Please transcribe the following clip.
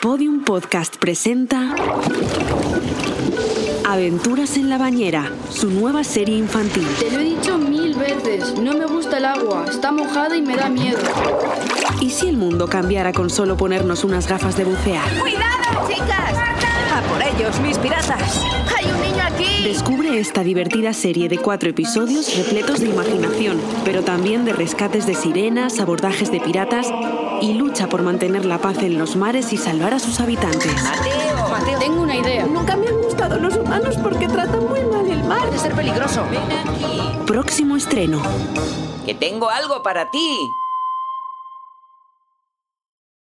Podium Podcast presenta Aventuras en la Bañera, su nueva serie infantil. Te lo he dicho mil veces, no me gusta el agua, está mojada y me da miedo. ¿Y si el mundo cambiara con solo ponernos unas gafas de bucear? ¡Cuidado, chicas! ¡A por ellos, mis piratas! ¡Hay un niño aquí! Descubre esta divertida serie de cuatro episodios repletos de imaginación, pero también de rescates de sirenas, abordajes de piratas y lucha por mantener la paz en los mares y salvar a sus habitantes. Mateo, Mateo. Tengo una idea. Nunca me han gustado los humanos porque tratan muy mal el mar. de ser peligroso. Ven aquí. Próximo estreno. Que tengo algo para ti.